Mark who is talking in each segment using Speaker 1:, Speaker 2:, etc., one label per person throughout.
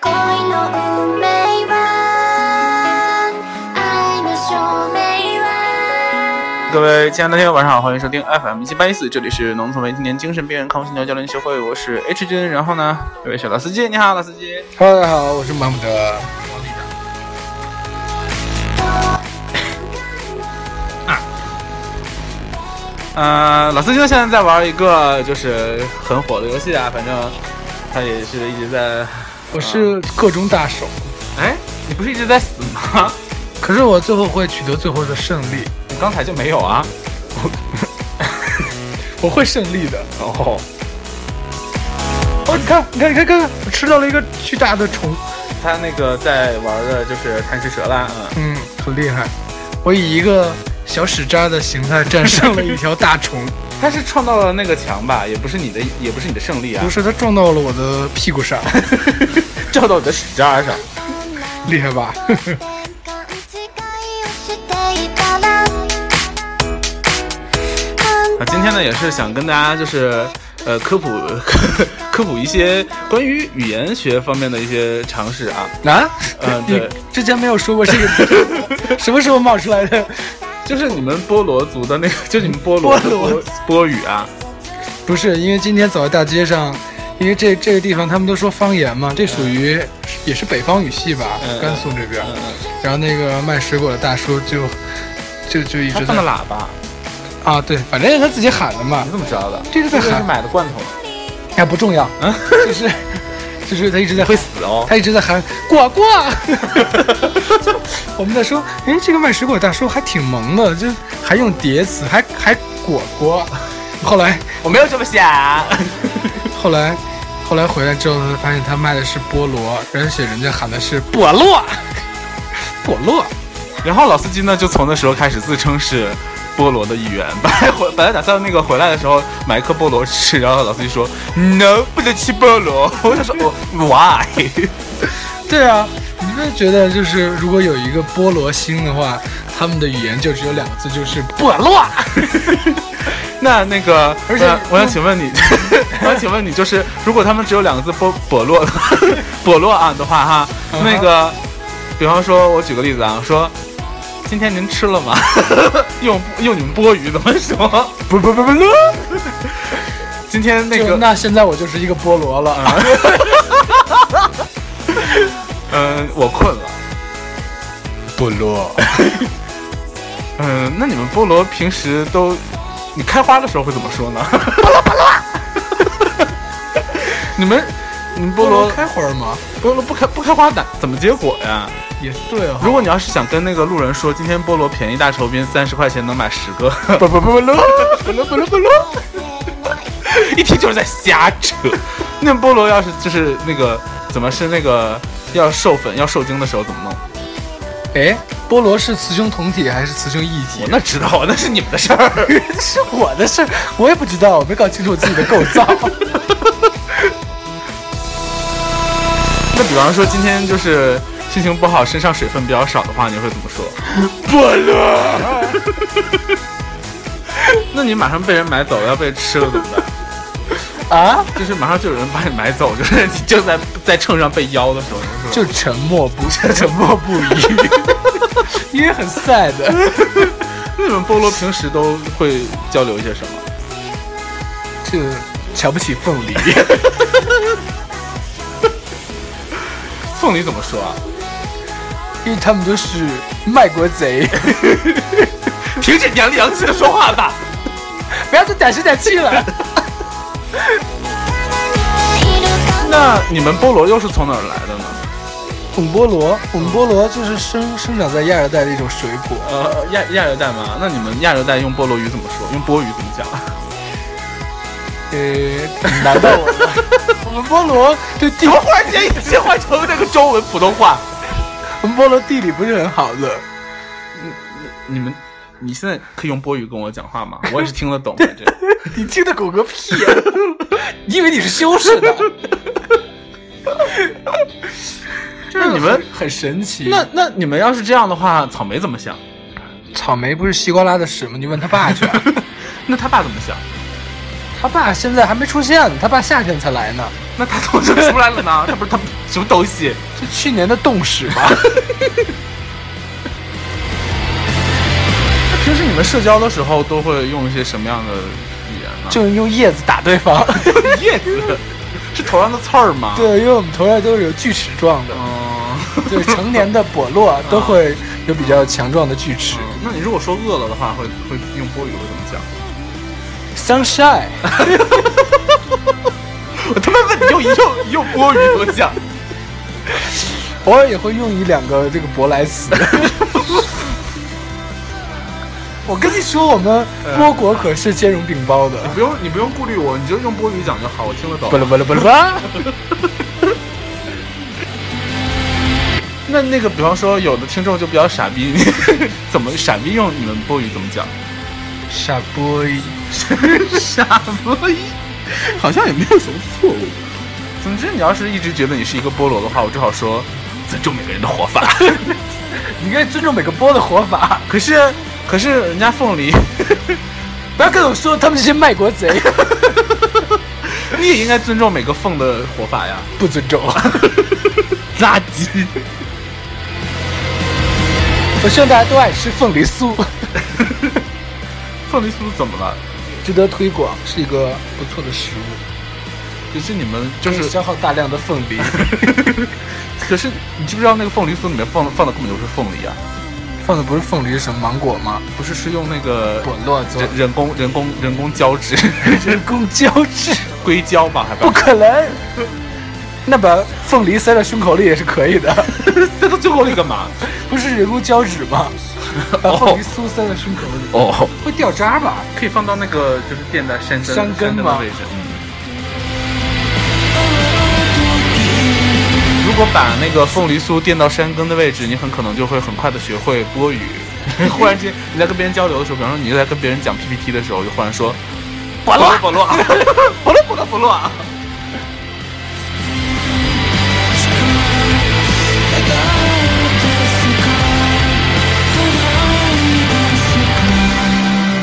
Speaker 1: 恋の運命は愛の証明は
Speaker 2: 各位亲爱的听友，晚上好，欢迎收听 FM 七八一四，这里是农村为青年精神病院康复心疗交流协会，我是 H 君。然后呢，有位小老司机，你好，老司机。
Speaker 3: Hello，大家好，我是马姆德。
Speaker 2: 呃，老司机呢现在在玩一个就是很火的游戏啊，反正他也是一直在。
Speaker 3: 我是各种大手，
Speaker 2: 哎，你不是一直在死吗？
Speaker 3: 可是我最后会取得最后的胜利，
Speaker 2: 你刚才就没有啊？
Speaker 3: 我会胜利的。
Speaker 2: 哦，
Speaker 3: 哦，你看，你看，你看，看，我吃到了一个巨大的虫，
Speaker 2: 他那个在玩的就是贪吃蛇啦，嗯，
Speaker 3: 嗯，很厉害。我以一个小屎渣的形态战胜了一条大虫，
Speaker 2: 他是创造了那个墙吧，也不是你的，也不是你的胜利啊
Speaker 3: 不，是它撞到了我的屁股上，
Speaker 2: 照到你的屎渣上。
Speaker 3: 厉 害吧？
Speaker 1: 勘違いをしていたら
Speaker 2: 啊，今天呢也是想跟大家就是呃科普科普一些关于语言学方面的一些常识啊。
Speaker 3: 啊？
Speaker 2: 嗯
Speaker 3: 你
Speaker 2: 对
Speaker 3: 之前没有说过这 个，什么时候冒出来的？
Speaker 2: 就是你们波罗族的那个，就是你们波罗
Speaker 3: 波罗
Speaker 2: 波语啊，
Speaker 3: 不是，因为今天走在大街上，因为这这个地方他们都说方言嘛，这属于、也是北方语系吧，
Speaker 2: 嗯
Speaker 3: 甘肃这边。然后那个卖水果的大叔就就就一
Speaker 2: 他
Speaker 3: 直
Speaker 2: 放嗯
Speaker 3: 在
Speaker 2: 的喇叭，
Speaker 3: 啊，对，反正他自己喊的嘛
Speaker 2: 你，怎么知道的？
Speaker 3: 这个在
Speaker 2: 是
Speaker 3: 喊
Speaker 2: 买的罐头，
Speaker 3: 哎不重要，就是就是他一直在
Speaker 2: 嗯会死哦。
Speaker 3: 他一直在喊果果。 我们在说，哎，这个卖水果大叔还挺萌的，就还用叠词，还还果果。后来
Speaker 2: 我没有这么想，
Speaker 3: 后来，后来回来之后，他发现他卖的是菠萝，而且人家喊的是 菠萝，菠萝。
Speaker 2: 然后老司机呢，就从那时候开始自称是菠萝的一员。本来回本来打算那个回来的时候买一颗菠萝吃，然后老司机说 no，不能吃菠萝。我就说哦 why？
Speaker 3: 对啊，你们觉得就是如果有一个菠萝星的话，他们的语言就只有两个字，就是啊菠萝。
Speaker 2: 那那个，
Speaker 3: 而且嗯
Speaker 2: 呃我想请问你， 我想请问你，就是如果他们只有两个字“波波落” 的话，波落啊的话哈，
Speaker 3: 嗯哼
Speaker 2: 那个，比方说，我举个例子啊，说今天您吃了吗？ 用用你们波语怎么说？
Speaker 3: 不不不不乐。
Speaker 2: 今天那
Speaker 3: 那
Speaker 2: 个，
Speaker 3: 个，啊
Speaker 2: 嗯、
Speaker 3: 那现在我就是一个菠萝了。
Speaker 2: 呃我困了。
Speaker 3: 菠萝，
Speaker 2: 嗯、那你们菠萝平时都，你开花的时候会怎么说呢？菠萝菠萝， 你们你们菠
Speaker 3: 菠萝
Speaker 2: 萝
Speaker 3: 开花吗？
Speaker 2: 菠萝不开不开花咋怎么结果呀？
Speaker 3: 也对啊。
Speaker 2: 如果你要是想跟那个路人说，今天菠萝便宜大酬宾，三十块钱能买十个，
Speaker 3: 不不不不乐，不乐不乐不乐。
Speaker 2: 一听就是在瞎扯。那菠萝要是就是那个怎么是那个要授粉要受精的时候怎么弄？
Speaker 3: 哎，菠萝是雌雄同体还是雌雄异体
Speaker 2: 我？那知道，啊那是你们的事儿。
Speaker 3: 是我的事儿，我也不知道，我没搞清楚我自己的构造。
Speaker 2: 那比方说今天就是心情不好，身上水分比较少的话，你会怎么 说？
Speaker 3: 菠萝。
Speaker 2: 那你马上被人买走，要被吃了怎么办？
Speaker 3: 啊，
Speaker 2: 就是马上就有人把你买走，就是 你正在在秤上被腰的时候，你会说
Speaker 3: 就沉默不沉默不 语，因为很 sad。
Speaker 2: 那你们菠萝平时都会交流一些什么？
Speaker 3: 就瞧不起凤梨，
Speaker 2: 凤梨怎么 说啊？
Speaker 3: 因为他们都是卖国 贼，
Speaker 2: 停止娘里娘气的说话吧。
Speaker 3: 不要再胆声胆气 了。
Speaker 2: 那你们菠萝又是从哪儿来的呢？
Speaker 3: 我们菠萝，我们菠萝就是生生长在亚热带的一种水果，
Speaker 2: 呃，亚亚热带嘛。那你们亚热带用菠萝语怎么说？用波语怎 么讲？
Speaker 3: 呃，难到我了。 我们菠萝对地
Speaker 2: 怎，么忽然间切换成那个中文普通话？
Speaker 3: 我们菠萝地理不是很好的，
Speaker 2: 你们，你现在可以用波语跟我讲话 吗？我也是听得懂的。这
Speaker 3: 你听得懂个屁、 啊！你以为你是修士 呢？
Speaker 2: 就是你们
Speaker 3: 很神奇。
Speaker 2: 那那你们要是这样的话，草莓怎么 想？
Speaker 3: 草莓不是西瓜拉的屎吗？你问他爸去、啊。
Speaker 2: 那他爸怎么想？
Speaker 3: 他爸现在还没出现呢，他爸夏天才来呢，
Speaker 2: 那他怎么就出来了 呢？他不是他什么东西？
Speaker 3: 是去年的冻屎 吧？
Speaker 2: 那平时你们社交的时候都会用一些什么样的语言呢？
Speaker 3: 就是用叶子打对方。
Speaker 2: 叶子是头上的刺儿吗？，
Speaker 3: 对，因为我们头上都是有锯齿状的，
Speaker 2: 嗯。
Speaker 3: 就是成年的剥落都会有比较强壮的锯齿。
Speaker 2: 嗯那你如果说饿了的话，会会用波语会怎么讲？
Speaker 3: Sunshine，
Speaker 2: 我他妈问你用用用波语怎么讲？
Speaker 3: 偶尔也会用一两个这个舶来词。 我跟你说，我们波国可是兼容并包的。
Speaker 2: 不用你不用顾虑我，你就用波语讲就好，我听得懂
Speaker 3: 巴。拉巴拉巴拉巴拉。
Speaker 2: 那那个，比方说有的听众就比较傻逼， 怎么傻逼用你们波语怎么讲？
Speaker 3: 傻 boy，
Speaker 2: 傻逼，好像也没有什么错误。总之，你要是一直觉得你是一个菠萝的话，我只好说尊重每个人的活法。
Speaker 3: 你应该尊重每个波的活法，
Speaker 2: 可是，可是人家凤梨，
Speaker 3: 不要跟我说他们这些卖国贼
Speaker 2: 你也应该尊重每个凤的活法呀。
Speaker 3: 不尊重。
Speaker 2: 垃圾。
Speaker 3: 我希望大家都爱吃凤梨酥，
Speaker 2: 凤梨酥怎么了？
Speaker 3: 值得推广，是一个不错的食物，
Speaker 2: 可是你们就是，
Speaker 3: 消耗大量的凤梨，
Speaker 2: 可是你知不知道那个凤梨酥里面放的放的根本就是凤梨啊，
Speaker 3: 放的不是凤梨是什么芒果吗？
Speaker 2: 不是是用那个
Speaker 3: 果落做
Speaker 2: 人人工人工人工胶质
Speaker 3: 人工胶质，
Speaker 2: 硅胶吧，还
Speaker 3: 不
Speaker 2: 不
Speaker 3: 可能。那把凤梨塞到胸口里也是可以的，
Speaker 2: 塞到最后里干嘛？
Speaker 3: 不是人工胶质 吗？把凤梨酥塞到胸口里
Speaker 2: 哦，
Speaker 3: 会掉渣吧？
Speaker 2: 可以放到那个就是垫在山根
Speaker 3: 山根
Speaker 2: 的
Speaker 3: 吗
Speaker 2: 位置。嗯如果把那个凤梨酥垫到山根的位置，你很可能就会很快的学会波语。 忽然间，你在跟别人交流的时候，比方说你在跟别人讲 PPT 的时候，就忽然说“菠萝 菠萝菠萝菠萝菠萝”，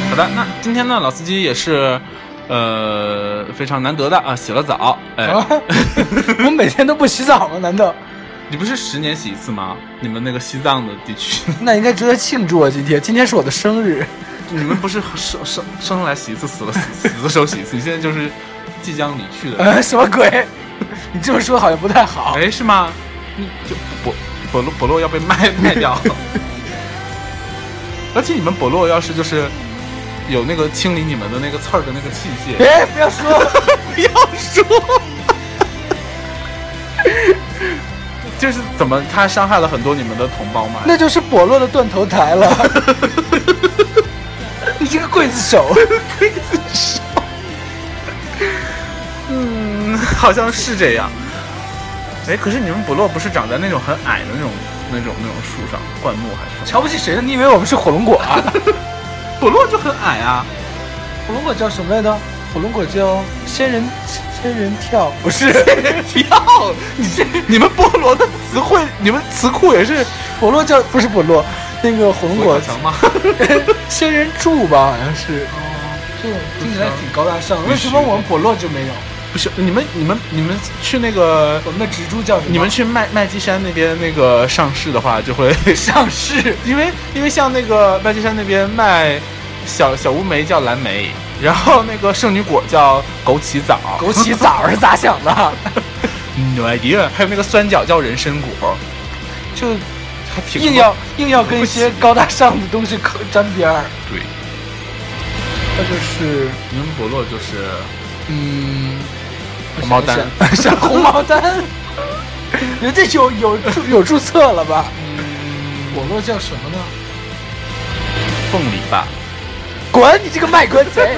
Speaker 2: 好的，那今天呢，老司机也是，呃，非常难得的啊，洗了澡。哎，
Speaker 3: 啊 我每天都不洗澡吗？难道？
Speaker 2: 你不是十年洗一次吗？你们那个西藏的地区，
Speaker 3: 那应该值得庆祝啊！今天，今天是我的生日，
Speaker 2: 你们不是生生生来洗一次，死了死死的时候洗一次，你现在就是即将离去的。
Speaker 3: 呃，什么鬼？你这么说好像不太好。
Speaker 2: 哎，是吗？你就博博洛博洛要被卖卖掉， 而且你们博洛要是就是有那个清理你们的那个刺儿的那个器械，
Speaker 3: 哎，不要说，
Speaker 2: 不要说。 就是怎么他伤害了很多你们的同胞嘛？
Speaker 3: 那就是剥落的断头台了。 你这个刽子手，
Speaker 2: 嗯，好像是这样。哎，可是你们部落不是长在那种很矮的那种、那种、那种树上，灌木还是什
Speaker 3: 瞧不起谁呢？你以为我们是火龙果啊？
Speaker 2: 么？部落就很矮 啊，
Speaker 3: 火龙果叫什么来着？火龙果叫仙人仙人跳，不是
Speaker 2: 跳！你 这你们菠萝的词汇，你们词库也是
Speaker 3: 剥落叫不是剥落，那个火龙果
Speaker 2: 我 强吗？
Speaker 3: 仙人柱吧，好像是。这种哦听起来挺高大上，为什么我们剥落就没有？
Speaker 2: 不是，你们你们你们去那个，
Speaker 3: 我们的植株叫什么？
Speaker 2: 你们去麦麦积山那边那个上市的话，就会
Speaker 3: 上市。
Speaker 2: 因为因为像那个麦积山那边卖小小乌梅叫蓝莓，然后那个圣女果叫枸杞枣，
Speaker 3: 枸 杞枣是咋想的？
Speaker 2: no idea，还有那个酸角叫人参果，
Speaker 3: 就
Speaker 2: 还挺
Speaker 3: 硬要硬要跟一些高大上的东西可沾边儿，
Speaker 2: 对。
Speaker 3: 那就是
Speaker 2: 你们伯洛就是
Speaker 3: 嗯，
Speaker 2: 红毛丹，
Speaker 3: 是红 毛丹。人家有有注有注册了吧？
Speaker 2: 嗯
Speaker 3: 我落叫什么呢？
Speaker 2: 凤梨吧？
Speaker 3: 滚！你这个卖国 贼！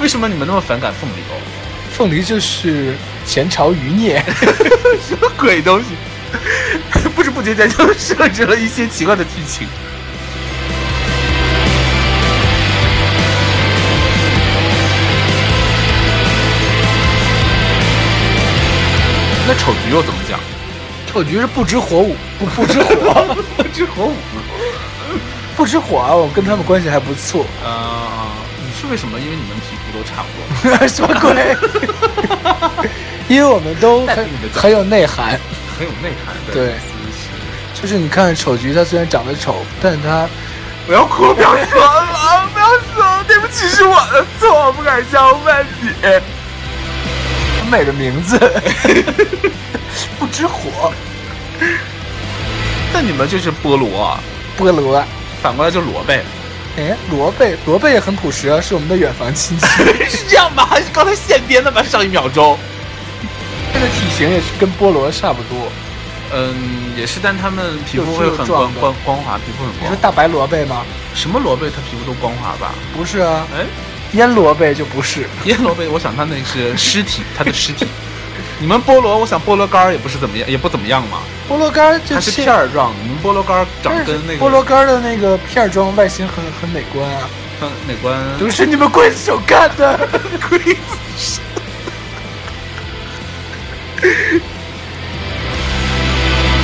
Speaker 2: 为什么你们那么反感凤梨哦？
Speaker 3: 凤梨就是前朝 余孽，
Speaker 2: 什么鬼东西？ 不知不觉间就设置了一些奇怪的剧情。那丑橘又怎么 讲？
Speaker 3: 丑橘是不知火舞，不不知火，
Speaker 2: 这火舞
Speaker 3: 不吃火啊，我跟他们关系还不 错。
Speaker 2: 呃，你是为什么？因为你们皮肤都差不多。
Speaker 3: 什么鬼？因为我们都
Speaker 2: 带
Speaker 3: 很
Speaker 2: 你的脚
Speaker 3: 很有内涵，
Speaker 2: 很有内涵的
Speaker 3: 对
Speaker 2: 思想。
Speaker 3: 就是你看丑菊，她虽然长得丑，但她
Speaker 2: 我要哭，不要说了， 不要说了，对不起，是我的错，我不敢伤害你。
Speaker 3: 很美的名 字 不知火，
Speaker 2: 但你们就是菠萝啊，
Speaker 3: 菠萝。
Speaker 2: 反过来就萝卜，
Speaker 3: 哎，萝卜，萝卜也很朴实啊，是我们的远房亲 戚。
Speaker 2: 是这样吗？还是刚才现编的吗？上一秒钟。
Speaker 3: 它的体型也是跟菠萝差不多。
Speaker 2: 嗯，也是，但他们皮肤会
Speaker 3: 有粗有
Speaker 2: 很
Speaker 3: 壮
Speaker 2: 光
Speaker 3: 的
Speaker 2: 光光滑，皮肤很
Speaker 3: 你
Speaker 2: 光
Speaker 3: 说。大白萝卜吗？
Speaker 2: 什么萝卜它皮肤都光滑吧？
Speaker 3: 不是啊，
Speaker 2: 哎，
Speaker 3: 腌萝卜就不是。
Speaker 2: 腌萝卜，我想它那是尸体，它的尸体。 你们菠萝，我想菠萝干儿也不是怎么样，也不怎么样嘛，
Speaker 3: 菠萝干儿就
Speaker 2: 它是片儿状的。你们菠萝干儿长
Speaker 3: 但是
Speaker 2: 跟那个
Speaker 3: 菠萝干儿的那个片儿装外形很很美观 啊，
Speaker 2: 嗯哪关？
Speaker 3: 都是你们刽子手干的。
Speaker 2: 鬼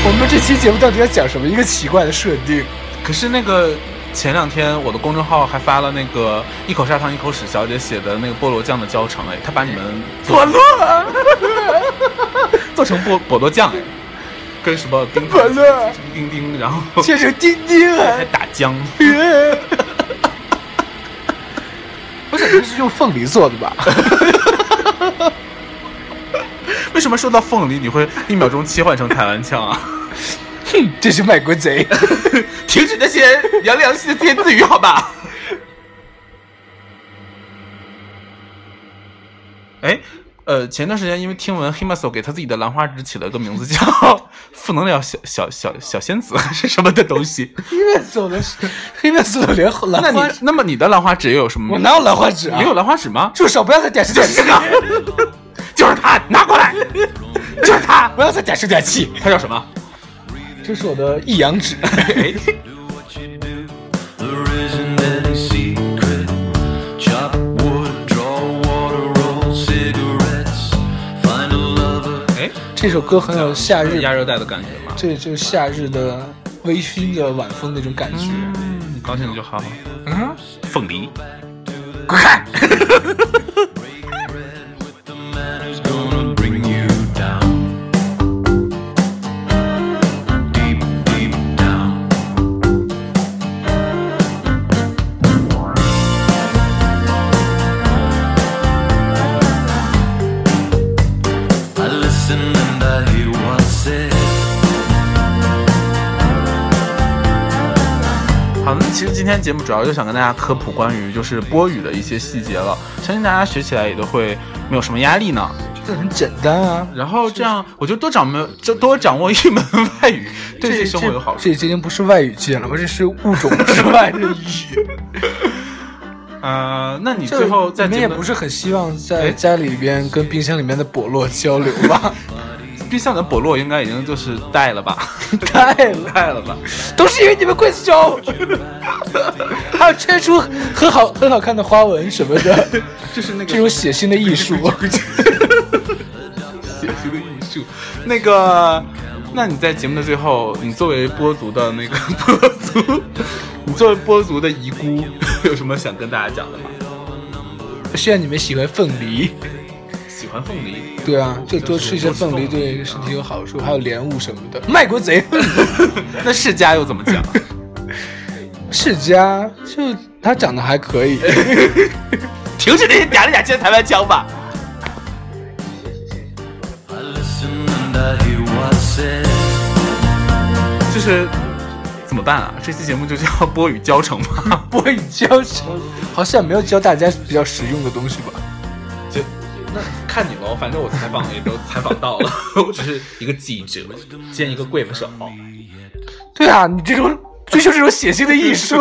Speaker 3: 我们这期节目到底要讲什么？一个奇怪的设定。
Speaker 2: 可是那个前两天我的公众号还发了那个一口砂糖一口屎小姐写的那个菠萝酱的教程，哎，她把你们做
Speaker 3: 菠萝，
Speaker 2: 做成菠菠萝酱，哎，跟什么冰
Speaker 3: 菠萝
Speaker 2: 丁丁，然后
Speaker 3: 切成丁丁啊
Speaker 2: 还！打浆，
Speaker 3: 不是，这是用凤梨做 的吧？
Speaker 2: 为什么说到凤梨你会一秒钟切换成台湾腔 啊？
Speaker 3: 这是卖国 贼。
Speaker 2: 停止那些洋洋系的自言自语，好吧？哎，呃，前段时间因为听闻黑马索给他自己的兰花指起了个名字叫 “负能量小小小小仙子”是什么的东 西？
Speaker 3: 黑面走的是黑面走的连
Speaker 2: 那
Speaker 3: 兰
Speaker 2: 你
Speaker 3: 花指，
Speaker 2: 那么你的兰花指又有什么？
Speaker 3: 我哪有兰花指啊
Speaker 2: 你？有兰花指吗？
Speaker 3: 住手！不要再点石
Speaker 2: 就
Speaker 3: 点
Speaker 2: 是
Speaker 3: 气
Speaker 2: 这，个，就是他，拿过 来，就是他，
Speaker 3: 不要再点石点气。
Speaker 2: 他叫什么？
Speaker 3: 这是我的一阳 指。
Speaker 2: 哎，
Speaker 4: Do what you do. There isn't any secret. Chop wood, draw water, roll cigarettes. Find a lover.
Speaker 2: 哎，
Speaker 3: 这首歌很有夏
Speaker 2: 这
Speaker 3: 日
Speaker 2: 是，亚热带的感觉吗？
Speaker 3: 这就是夏日的微醺的晚风那种感觉。
Speaker 2: 嗯，高兴就好。
Speaker 3: 嗯，
Speaker 2: 凤梨。
Speaker 3: 滚开！
Speaker 4: The man who's gonna bring you down. Deep, deep down. I listen and I hear what's said.
Speaker 2: 好，那其实今天节目主要就想跟大家科普关于就是波语的一些细节了，相信大家学起来也都会没有什么压力呢。
Speaker 3: 这很简单啊。
Speaker 2: 然后这样，我就多掌握就多掌握一门外语，对自己生活有好处。
Speaker 3: 这这已经不是外语界了，我这是物 种之外的语。
Speaker 2: 呃，那你最后在
Speaker 3: 你们
Speaker 2: 节
Speaker 3: 也
Speaker 2: 目
Speaker 3: 不是很希望
Speaker 2: 哎
Speaker 3: 在家里边跟冰箱里面的菠萝交流吧？
Speaker 2: 冰箱的伯洛应该已经就是带了吧，
Speaker 3: 太了，
Speaker 2: 带了吧。
Speaker 3: 都是因为你们刽子手， 还有切出很好很好看的花纹什么的，
Speaker 2: 就是那个
Speaker 3: 这种血腥的艺术。
Speaker 2: 写出的艺术。那个，那你在节目的最后，你作为播族的那个播族， 你作为播族的遗孤， 有什么想跟大家讲的吗？
Speaker 3: 希望你们喜欢凤梨。
Speaker 2: 喜欢凤梨。
Speaker 3: 对啊，就多吃一些凤梨，对身体有好处，还有莲雾什么的。卖国贼
Speaker 2: 那世家又怎么讲？
Speaker 3: 世家就他长得还可以，
Speaker 2: 停止那些嗲里嗲气的台湾腔吧！
Speaker 4: I listen and I hear what's said.
Speaker 2: 就是怎么办啊？这期节目就叫波语教程吗？
Speaker 3: 不会教什么，好像没有教大家比较实用的东西吧？
Speaker 2: 就那看你喽，反正我采访也都采访到了， 我只是一个记者兼一个刽子手。
Speaker 3: 对啊，你这种追求这种血腥的艺术，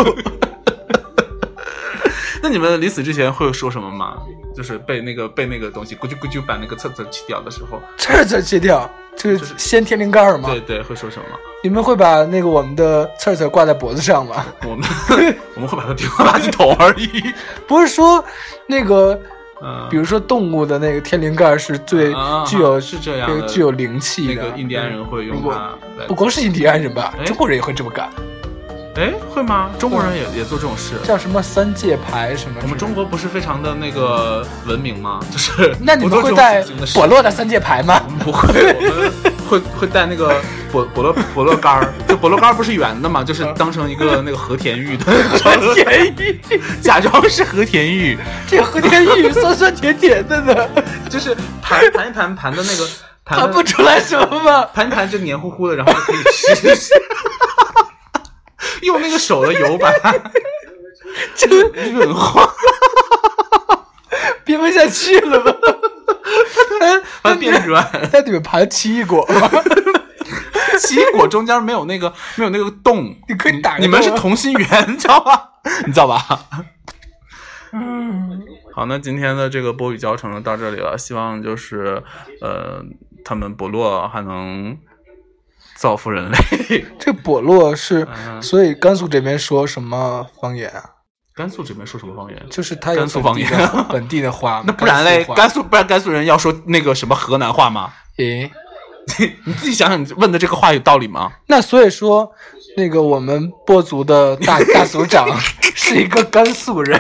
Speaker 2: 那你们临死之前会说什么吗？就是被那个被那个东西咕啾咕啾把那个厕所吃掉的时候，
Speaker 3: 这儿再切掉，这是掀天灵盖儿吗
Speaker 2: 对？对，会说什么吗？
Speaker 3: 你们会把那个我们的刺儿刺儿挂在脖子上吗？
Speaker 2: 我们我们会把它丢到垃圾桶而已。
Speaker 3: 不是说那个，
Speaker 2: 嗯，
Speaker 3: 比如说动物的那个天灵盖儿是最
Speaker 2: 啊
Speaker 3: 具有
Speaker 2: 是这样的
Speaker 3: 具有灵气
Speaker 2: 那
Speaker 3: 的。
Speaker 2: 个印第安人会用
Speaker 3: 如果
Speaker 2: 它来
Speaker 3: 不光是印第安人吧
Speaker 2: 哎，
Speaker 3: 中国人也会这么干。
Speaker 2: 哎，会吗？
Speaker 3: 嗯
Speaker 2: 中国人也也做这种事。
Speaker 3: 叫什么三界牌什么？
Speaker 2: 我们中，国不是非常的那个文明吗？ 就是
Speaker 3: 那你
Speaker 2: 不做
Speaker 3: 们会
Speaker 2: 这种
Speaker 3: 带
Speaker 2: 事情的事
Speaker 3: 裸露的三界牌吗？
Speaker 2: 我们不会，我们会会带那个伯伯乐伯乐杆儿，就伯乐杆儿不是圆的嘛，就是当成一个那个和田玉的， 和
Speaker 3: 田玉，
Speaker 2: 假装是和田玉，
Speaker 3: 这和田玉酸酸甜甜 的呢，
Speaker 2: 就是盘盘一盘盘的那个盘
Speaker 3: 它
Speaker 2: 的
Speaker 3: 不出来什么吗？
Speaker 2: 盘一盘就黏糊糊的，然后就可以吃，用那个手的油把 它
Speaker 3: 这
Speaker 2: 润化，
Speaker 3: 编不下去了 吧？
Speaker 2: 把它变软。
Speaker 3: 在里面盘奇异果吗？
Speaker 2: 奇异果中间没有那个没有那个洞，
Speaker 3: 你可以打个
Speaker 2: 你们是
Speaker 3: 洞啊
Speaker 2: 同心圆，你知道 吧？你知道吧？
Speaker 3: 嗯
Speaker 2: 好，那今天的这个波语教程就到这里了，希望就是呃，他们伯洛还能造福人类。
Speaker 3: 这波洛是
Speaker 2: 嗯，
Speaker 3: 所以甘肃这边说什么方言啊？
Speaker 2: 甘肃这边说什么方言？
Speaker 3: 就是它有
Speaker 2: 甘肃
Speaker 3: 本地的
Speaker 2: 方言
Speaker 3: 本地的话嘛。
Speaker 2: 那不然嘞，
Speaker 3: 甘肃话
Speaker 2: 甘肃不然甘肃人要说那个什么河南话吗？
Speaker 3: 咦？
Speaker 2: 你自己想想，你问的这个话有道理吗？
Speaker 3: 那所以说，那个我们播族的大大族长 是一个甘 肃人，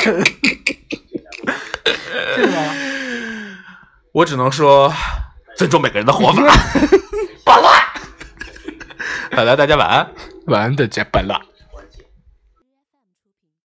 Speaker 3: 对吧？
Speaker 2: 我只能说尊重每个人的活 法。好了，大家晚安。
Speaker 3: 晚安，大家拜啦。